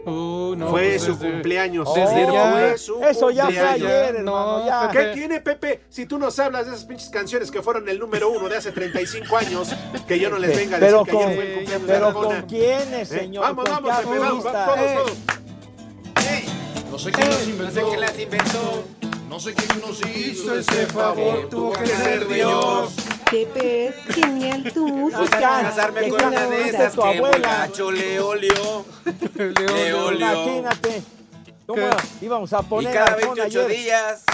no, fue pues su desde- cumpleaños. desde Oh, ya- fue su eso ya fue cumpleaños. ayer, hermano, ya. ¿Qué tiene Pepe? Si tú nos hablas de esas pinches canciones que fueron el número uno de hace 35 años, que yo no les venga a decir Pero que con, ayer fue el cumpleaños de pero Arjona. con quiénes, Eh, señor. Vamos, ¿Con vamos, qué Eh, Pepe, vamos, artistas? vamos, todos, No sé quién las No sé inventó. quién las inventó. No sé quién nos hizo ese favor. Tuvo que ser Dios. Pepe, genial tu Pues música. Voy a casarme Qué con una buena de onda. esas Tu que abuela. muy gacho le olió. le olió. Imagínate. ¿Cómo íbamos a Y poner cada Arjona 28 ayer? días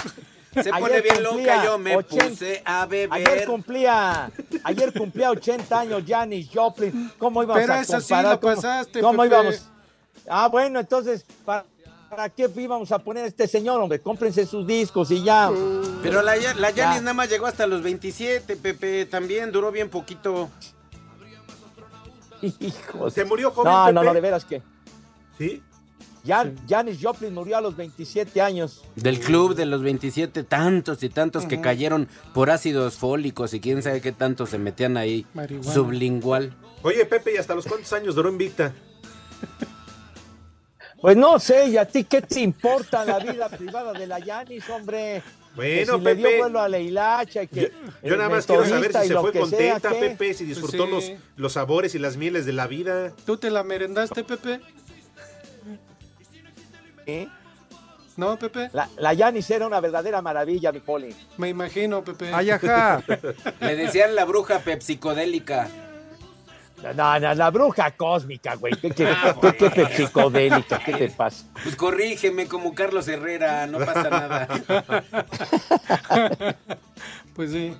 se Ayer pone bien cumplía loca. Yo me 80 puse a Ayer beber. cumplía, ayer cumplía 80 años Janis Joplin. ¿Cómo íbamos Pero a esa sí comparar? la ¿Cómo- pasaste, ¿Cómo, Pepe. íbamos? Ah, bueno, entonces, ¿para, para qué íbamos a poner a este señor, hombre? Cómprense sus discos y ya. Pero la, Ya- la Yanis Ya. nada más llegó hasta los 27, Pepe. También duró bien poquito. Hijos. Se murió joven, No, no, Pepe. no, de veras que. ¿Sí? Janis Joplin murió a los 27 años. Del club de los 27, tantos y tantos que Ujú. cayeron por ácidos fólicos y quién sabe qué tanto se metían ahí. Marihuana. Sublingual. Oye, Pepe, ¿y hasta los cuántos años duró invicta? Pues no sé, ¿y a ti qué te importa la vida privada de la Yanis, hombre? Que Bueno, si le dio Pepe. vuelo a Leilacha y que. Yo el nada más quiero saber metodista si y se lo fue que sea, contenta, ¿qué? Pepe, si disfrutó Pues sí. los, los sabores y las mieles de la vida. ¿Tú te la merendaste, Pepe? ¿Eh? No, Pepe. La- La Yanis era una verdadera maravilla, mi poli. Me imagino, Pepe. Le decían la bruja pepsicodélica. No, no, la bruja cósmica, güey. ¿Qué, qué, Ah, qué- qué te psicodélica? ¿Qué te pasa? Pues corrígeme como Carlos Herrera, no pasa nada. Pues sí.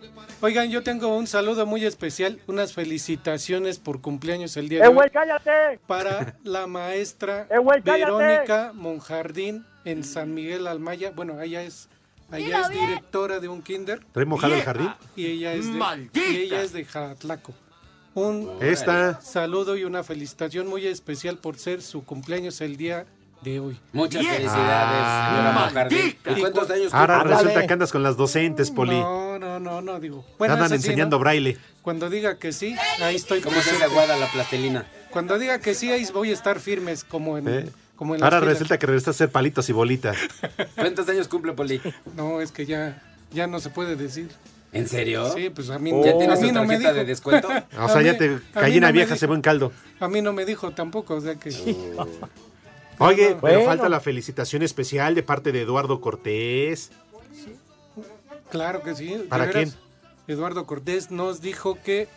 Oigan, yo tengo un saludo muy especial, unas felicitaciones por cumpleaños el día de ¡Eh, güey, hoy cállate! para la maestra Eh, güey, cállate. Verónica Monjardín en San Miguel Almaya. Bueno, ella es ella es directora de un kinder. ¿Trae mojado el jardín? Y ella es de, ¡Maldita! y ella es de Jaratlaco. Un Esta. saludo y una felicitación muy especial por ser su cumpleaños el día de hoy. Muchas Bien. felicidades, Ah. señora Monjardín. Maldita. ¿Y cuántos años Ahora cumple? resulta que andas con las docentes, Poli. No, no, no, no, digo. Te andan eso sí, ¿no? enseñando braille. Cuando diga que sí, ahí estoy. ¿Cómo se hace presente. aguada la plastilina? Cuando diga que sí, ahí voy a estar firmes como en, ¿eh? como en las Ahora filas. resulta que regresaste a ser palitos y bolitas. ¿Cuántos años cumple Poli? No, es que ya, ya no se puede decir. ¿En serio? Sí, pues a mí, ¿Ya tienes a mí tu no me tarjeta dijo. de descuento? O sea, A ya mí- te a mí gallina no me vieja dijo- se buen caldo. A mí no me dijo tampoco, o sea que... Oh. Oye, no. pero Bueno. falta la felicitación especial de parte de Eduardo Cortés. Claro que sí. de ¿Para veras. Eduardo Cortés nos dijo que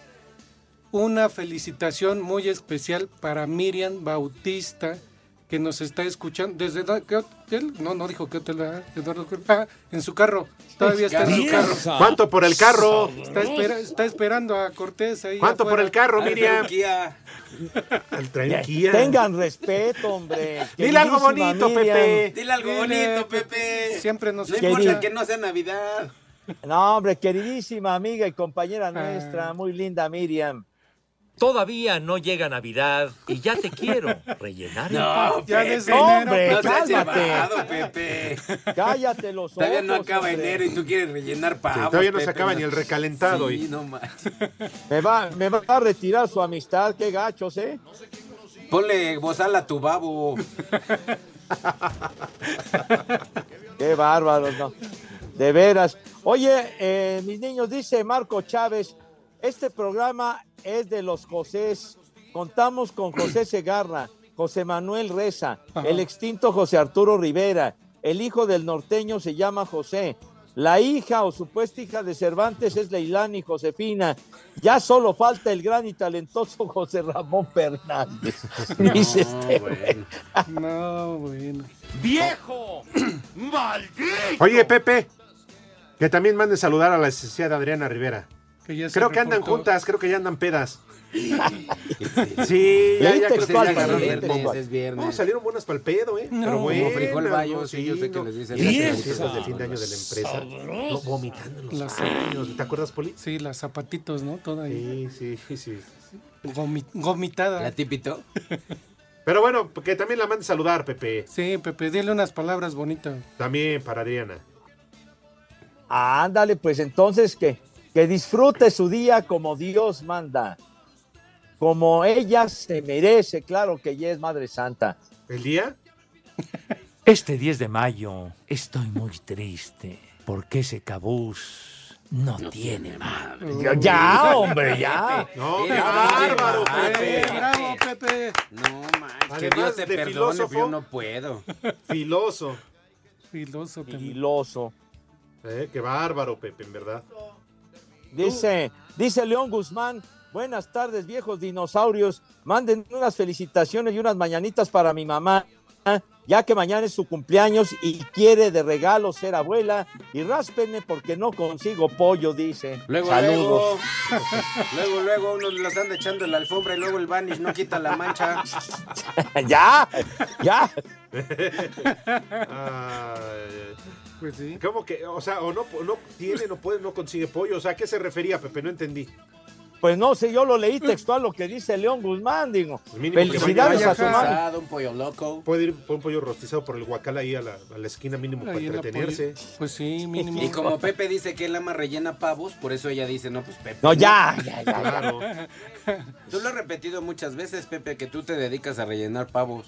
una felicitación muy especial para Miriam Bautista, que nos está escuchando desde la- qué hotel, no, no dijo qué hotel, ¿verdad? Eduardo Cortés, Ah, en su carro, todavía está en su carro. ¿Cuánto por el carro? Está, espera- está esperando a Cortés ahí. ¿Cuánto por el carro, Miriam? Al Tranquila. Tengan respeto, hombre. Dile algo Queridísima bonito, Miriam. Pepe. Dile algo bonito, Pepe. Siempre nos No Querida. importa que no sea Navidad. No, hombre, queridísima amiga y compañera nuestra, muy linda Miriam. Todavía no llega Navidad y ya te quiero rellenar. el No, pago. ya Pepe, desde enero, hombre, Pepe. No seas cálmate. llevado, Pepe. Cállate los ojos. Todavía no acaba hombre. enero y tú quieres rellenar Sí, pavos. todavía no se Pepe, acaba ni el recalentado. Sí, y- no manches. Me va, me va a retirar su amistad, qué gachos, ¿eh? Ponle bozal a tu babo. Qué bárbaros, ¿no? De veras. Oye, eh, mis niños, dice Marco Chávez, este programa es de los Josés. Contamos con José Segarra, José Manuel Reza, el extinto José Arturo Rivera, el hijo del norteño se llama José, la hija o supuesta hija de Cervantes es Leilani Josefina. Ya solo falta el gran y talentoso José Ramón Fernández. Dice este güey. No, bueno. ¡Viejo! ¡Maldito! Oye, Pepe, que también mande saludar a la licenciada Adriana Rivera. Que ya se Creo que andan reportó. juntas, creo que ya andan pedas. Sí, ya, ya Leíste creo que cuál, ya agarraron Manuel, el es bombo. viernes. No, salieron buenas para el pedo, ¿eh? No. Pero Como buenas, frijol bayo, ¿no? sí, yo sé que les dicen Y las las fiestas de fin de año de la empresa. Sabroso. No, vomitando en los Las- baños. ¿Te acuerdas, Poli? Sí, las zapatitos, ¿no? Toda ahí. Sí, sí, sí. Gomi- gomitada. típito. Pero bueno, que también la mande saludar, Pepe. Sí, Pepe, dile unas palabras bonitas. También para Adriana. Ándale, pues entonces que, que disfrute su día como Dios manda. Como ella se merece, claro que ella es Madre Santa. ¿El día? Este 10 de mayo estoy muy triste porque ese cabús no, tiene madre. Ya- ya, hombre, ya. No, Eres qué un bárbaro, animal, Pepe. Pepe. Bravo, Pepe. No, manches, que Además Dios te de perdone, filósofo. pero yo no puedo. Filoso. Filoso también. Filoso. Eh, qué bárbaro, Pepe, en verdad. Dice, dice León Guzmán, buenas tardes, viejos dinosaurios. Manden unas felicitaciones y unas mañanitas para mi mamá, ya que mañana es su cumpleaños y quiere de regalo ser abuela. Y ráspenme porque no consigo pollo, dice. Luego, Saludos. luego, luego, luego unos los anda echando en la alfombra y luego el vanish no quita la mancha. ya, ya. Ay, Pues sí. ¿Cómo que? O sea, o no, no tiene, no puede, no consigue pollo. O sea, ¿a qué se refería, Pepe? No entendí. Pues no sé, yo lo leí textual lo que dice León Guzmán, digo. Pues Mínimo que Felicidades vaya a su casado. madre. un pollo loco. Puede ir por un pollo rostizado por el guacal ahí a la, a la esquina mínimo para Ahí en la entretenerse. Pues sí, mínimo. Y como Pepe dice que él ama rellena pavos, por eso ella dice, no, pues Pepe. No, ya, ya, ya. Claro. Tú lo has repetido muchas veces, Pepe, que tú te dedicas a rellenar pavos.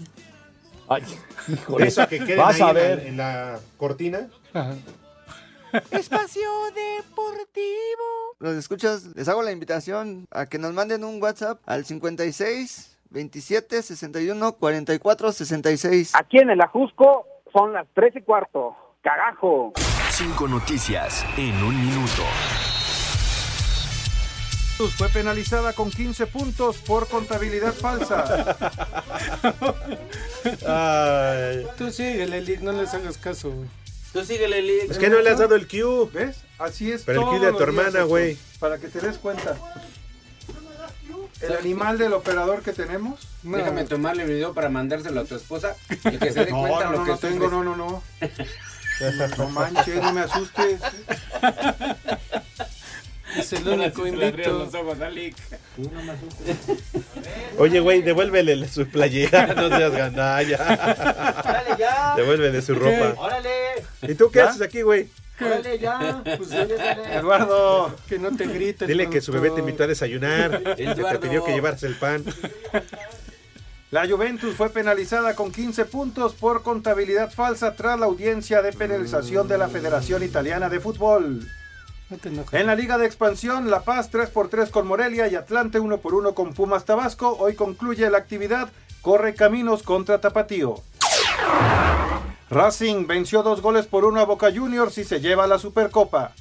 Ay, De híjole. eso que queden Vas ahí a en la- ver. En, la, cortina. Ajá. Espacio Deportivo. Los escuchas, les hago la invitación a que nos manden un WhatsApp al 56 27 61 44 66. Aquí en el Ajusco son las tres y cuarto. Carajo. Cinco noticias en un minuto. Cruz Fue penalizada con 15 puntos por contabilidad falsa. Tú síguele, Lick, no les hagas caso, güey. Tú síguele, Lick. Es que no le has dado el cue. ¿Ves? Así es. Pero el todos kit de tu los días, hermana, Héctor, güey. Para que te des cuenta. El animal del operador que tenemos. Déjame tomarle el video para mandárselo a tu esposa y que se dé No, cuenta no, lo no, que no tengo, no, no, no. No manches, no me asustes. Es el único invicto. Oye, güey, devuélvele su playera, no seas gandalla. Dale ya. Devuélvele su ropa. Órale. ¿Y tú qué haces aquí, güey? Órale ya. Pues, dale. Eduardo, Que no te grite. dile que su bebé te invitó a desayunar. que te Eduardo. pidió que llevaras el pan. La Juventus fue penalizada con 15 puntos por contabilidad falsa tras la audiencia de penalización de la Federación Italiana de Fútbol. No te enojes. En la Liga de Expansión, La Paz 3 por 3 con Morelia y Atlante 1 por 1 con Pumas Tabasco. Hoy concluye la actividad Corre Caminos contra Tapatío. Racing venció dos goles por uno a Boca Juniors y se lleva la Supercopa.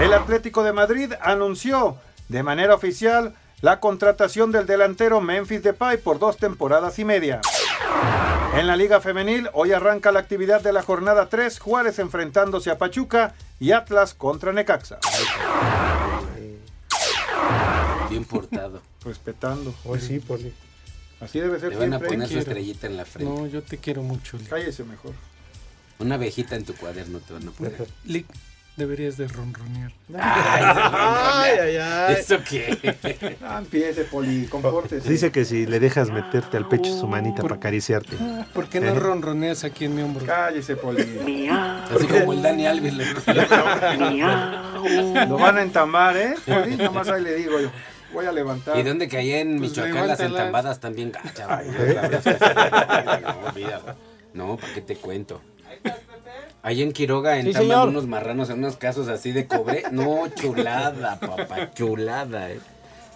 El Atlético de Madrid anunció de manera oficial la contratación del delantero Memphis Depay por dos temporadas y media. En la Liga Femenil, hoy arranca la actividad de la jornada 3, Juárez enfrentándose a Pachuca y Atlas contra Necaxa. Bien portado. Respetando. Hoy sí, Poli. Así debe ser Le van a siempre. poner su quiero. estrellita en la frente. No, yo te quiero mucho, Lick. Cállese mejor. Una abejita en tu cuaderno te van a poner. Pues, Lick, deberías de ronronear. Ay, ay, ay. ¿Eso qué? Ah, empiece, Poli, compórtese. Dice que si le dejas meterte al pecho su manita para acariciarte. ¿Por qué no Eh. ronroneas aquí en mi hombro? Cállese, Poli. Así como el Dani Alves. le- Lo van a entambar, ¿eh? Poli, nomás ahí le digo yo. Voy a levantar. ¿Y dónde que allá en Pues Michoacán las levántala. entambadas están bien gachas? güey? Ay, ¿eh? La verdad es que sí, güey, No, olvídalo. No, ¿para qué te cuento? Allá en Quiroga Sí, entamban señor. unos marranos en unos casos así de cobre. No, chulada, papá, chulada, eh.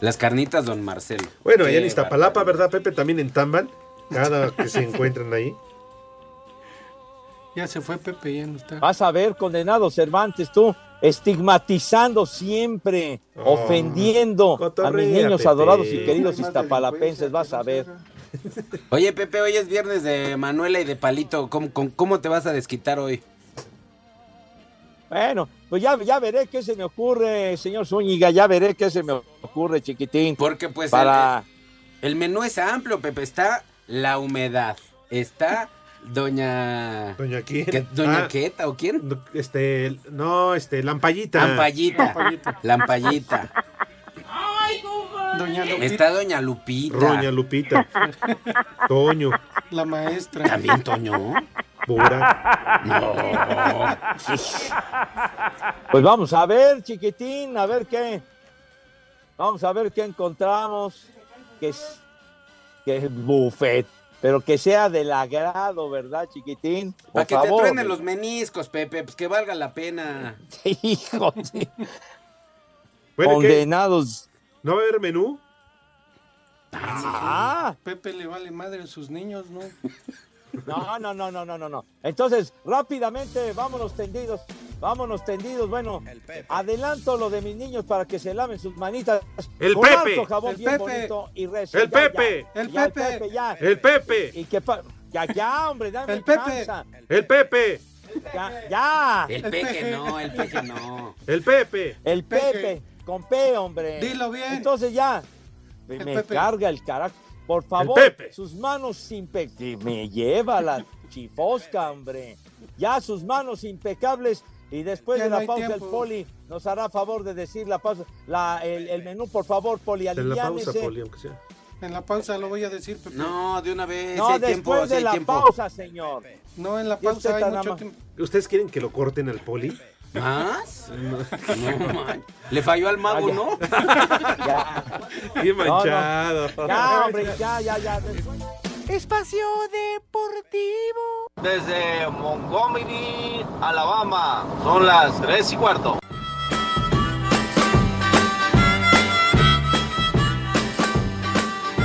Las carnitas, don Marcelo. Bueno, allá en Qué Iztapalapa, ¿verdad, Pepe? También en Tamban, cada que se encuentran ahí. Ya se fue Pepe, ya no está. Vas a ver, condenado Cervantes, tú estigmatizando siempre, Oh. ofendiendo a mis Ah. Cotorrea, niños Pepe. adorados y queridos Más iztapalapenses, vas a ver. pues. Oye, Pepe, hoy es viernes de Manuela y de Palito. ¿Cómo, con- cómo te vas a desquitar hoy? Bueno, pues ya, ya veré qué se me ocurre, señor Zúñiga, ya veré qué se me ocurre, chiquitín. Porque pues Para- el, el menú es amplio, Pepe. Está la humedad. Está doña... ¿Doña quién? ¿Qué- doña Ah. Queta o quién? Este, no, este, Lampallita. Lampallita. Lampallita. Doña Lupita. Está doña Lupita. Roña Lupita. Toño. La maestra. También Toño. Pura. Pues vamos a ver, chiquitín, a ver qué. Vamos a ver qué encontramos. Que es, que es buffet. Pero que sea del agrado, ¿verdad, chiquitín? Por Para que favor. te truenen los meniscos, Pepe. Pues que valga la pena. Hijo de- Bueno, ¿qué? Condenados. ¿No va a haber menú? Ah, Pepe le vale madre a sus niños, ¿no? No, no, no, no, no, no, no. Entonces, rápidamente, vámonos tendidos, vámonos tendidos. Bueno, adelanto lo de mis niños para que se laven sus manitas. El con harto Pepe. jabón El bien Pepe. bonito y recio. El Ya, ya. Pepe. Ya, El el Pepe. Pepe, ya. El Pepe. Y que pa- ya, ya, hombre, dame El Pepe. chance. El Pepe. Ya, ya. El Peque, no, el Pepe no. El Pepe. El Pepe, con P, hombre. Dilo bien. Entonces ya, me El me Pepe. carga el carácter. Por favor, Pepe. sus manos sin pe- que Me lleva la chifosca, hombre. Ya sus manos impecables. Y después Ya de no la hay pausa, tiempo. el Poli nos hará favor de decir la pausa. La, el, el menú, por favor, Poli, En la pausa, aliviánese. Poli, aunque sea. En la pausa lo voy a decir, Pepe. No, de una vez. No, después de la pausa, señor. No, en la Ya pausa usted hay está mucho nada tiempo. ¿Ustedes quieren que lo corten al Poli? ¿Más? No, man. Le falló al mago, Ah, ya. ¿no? Bien No, no. manchado. Ya, hombre, ya, ya, ya. después- Espacio Deportivo. Desde Montgomery, Alabama, son las 3 y cuarto.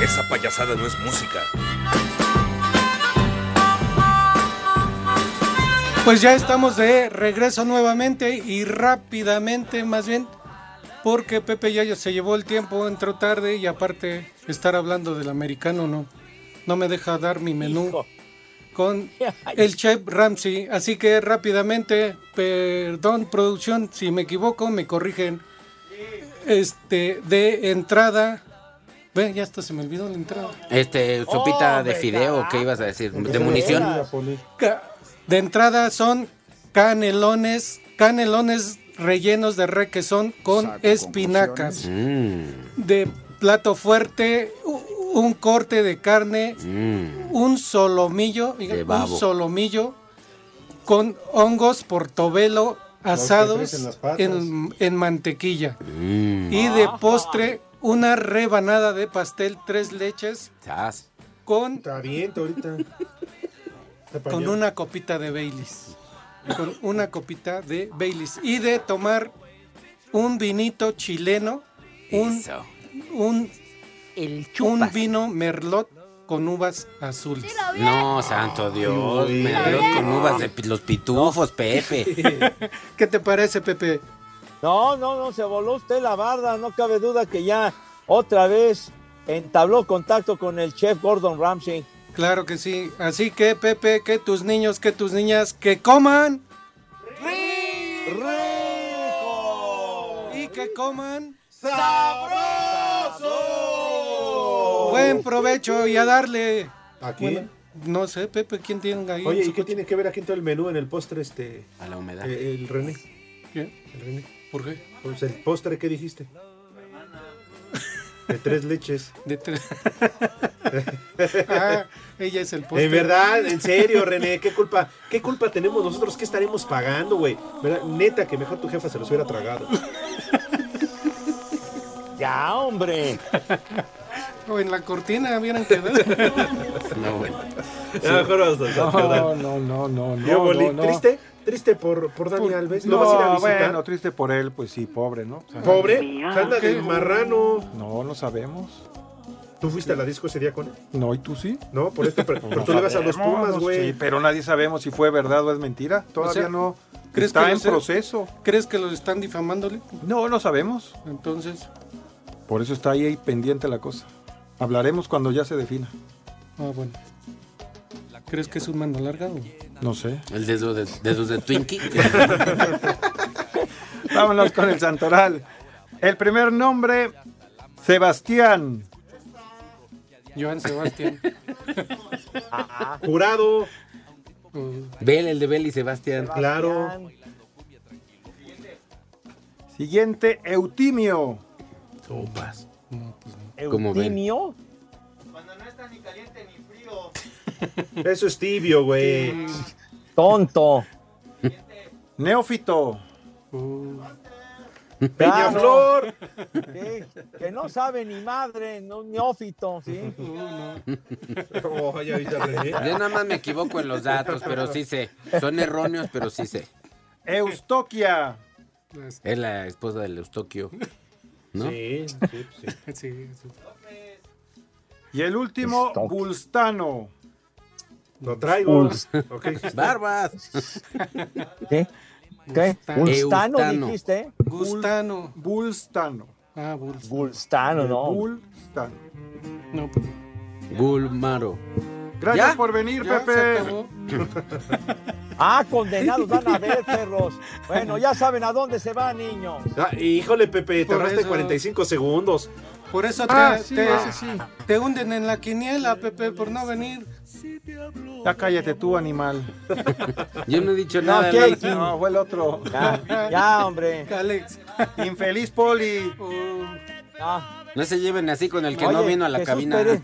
Esa payasada no es música. Pues ya estamos de regreso nuevamente y rápidamente, más bien, porque Pepe ya se llevó el tiempo, entró tarde y aparte estar hablando del americano no, no me deja dar mi menú con el chef Ramsey. Así que rápidamente, perdón producción, si me equivoco, me corrigen. Este, de entrada, ve, ya hasta se me olvidó la entrada. Este, sopita de fideo, ¿qué ibas a decir? ¿De munición? Ca- De entrada son canelones, canelones rellenos de requesón con espinacas. De plato fuerte, u- un corte de carne, Mm, un solomillo, De un babo. solomillo con hongos portobelo asados traes en las patas. en, en mantequilla. Mm. Y de postre, una rebanada de pastel tres leches Sas. con ahorita. con una copita de Baileys. Con una copita de Baileys. Y de tomar un vinito chileno. Un, Eso. un, un vino merlot con uvas azules. No, santo Dios. Uy. Me dio con uvas de pi- los pitufos, Pepe. ¿Qué te parece, Pepe? No, no, no, se voló usted la barda, no cabe duda que ya otra vez entabló contacto con el chef Gordon Ramsay. Claro que sí. Así que, Pepe, que tus niños, que tus niñas, que coman. ¡Rico! Y que coman. ¡Sabroso! Buen provecho y a darle. Oh. Aquí. Bueno, no sé, Pepe, ¿quién tiene ahí? Oye, en ¿y su qué tiene que ver aquí en todo el menú, en el postre, este... A la humedad. eh, el René. ¿Qué? El René. ¿Por qué? Pues el postre, ¿qué dijiste? De tres leches. De tres. Ah, ella es el postre. De verdad, en serio, René, ¿qué culpa, qué culpa tenemos nosotros? ¿Qué estaremos pagando, güey? ¿Verdad? Neta, que mejor tu jefa se los hubiera tragado. Ya, hombre. O en la cortina hubieran quedado. No, bueno. Sí. No, no, no, no, no, Yo, Boli, no, no. Triste, triste por, por Dani Alves. No, No, vas a ir a visitar. bueno, triste por él, pues sí, pobre, ¿no? O sea, Pobre, anda de ¿Qué? marrano. No, no sabemos. ¿Tú fuiste a la disco ese día con él? No, ¿y tú sí? No, por esto, pero, pero Pues No tú le vas a los sabemos, Pumas, güey. Sí, pero nadie sabemos si fue verdad o es mentira. Todavía O sea, no. ¿crees está que en lo sea? proceso. ¿Crees que los están difamándole? No, no sabemos. Entonces, Por eso está ahí, ahí pendiente la cosa. Hablaremos cuando ya se defina. ah, bueno. ¿Crees que es un mano larga o- No sé. El dedo de, dedos de Twinkie. Vámonos con el Santoral. El primer nombre, Sebastián. Joan Sebastián. Jurado. Bel, el de Bel y Sebastián. Claro. Siguiente, Eutimio. Sopas. pues ¿Cómo ven? Eutimio. Eso es tibio, güey. Tonto. Neófito. Uh. Peñaflor. Sí, que no sabe ni madre, no, neófito, ¿sí? Oh, ya viste, René. Yo nada más me equivoco en los datos, pero sí sé. Son erróneos, pero sí sé. Eustoquia. Es la esposa del Eustoquio. ¿No? Sí, sí, sí. Sí, sí. Y el último, Bulstano. Lo traigo. Ok. Barbas. ¿Qué? ¿Qué? Gustano. Gustano Gustano. dijiste, ¿eh? Gustano. Bulstano. Ah, Bulls. Gustano, ¿no? Bulstano. No, pues, Bulmaro. Gracias ¿Ya? por venir, ya se Pepe. acabó. Ah, condenados van a ver, perros. Bueno, ya saben a dónde se va, niños. Ah, híjole, Pepe, te Por ahorraste eso. 45 segundos. Por eso te, Ah, sí, te- ese sí. te hunden en la quiniela, Pepe, por no venir. Ya cállate tú, animal. Yo no he dicho No, nada. ¿qué hay? Alex. No, fue el otro. Ya, ya, hombre. Alex. Infeliz Poli. Ah, No se lleven así con el que no Oye, vino a la Jesús cabina. Pérez.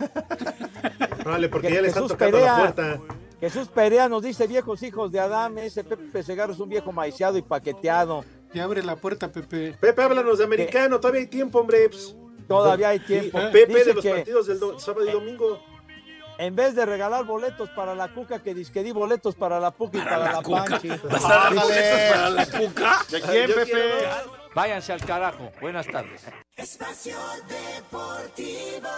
Órale, porque Que- ya le están Jesús tocando la Perea. puerta. Jesús Perea nos dice, viejos hijos de Adán, ese Pepe Segarra es un viejo maiciado y paqueteado. Ya abre la puerta, Pepe. Pepe, háblanos de americano, todavía hay tiempo, hombre. Pues, Todavía hay tiempo. sí, ah, Pepe Dice de los que- partidos del do- sábado y domingo. En vez de regalar boletos para la cuca, que disque di boletos para la puca y para, la, panchi. ¿De quién, Yo Pepe? quiero- Váyanse al carajo. Buenas tardes. Espacio Deportivo.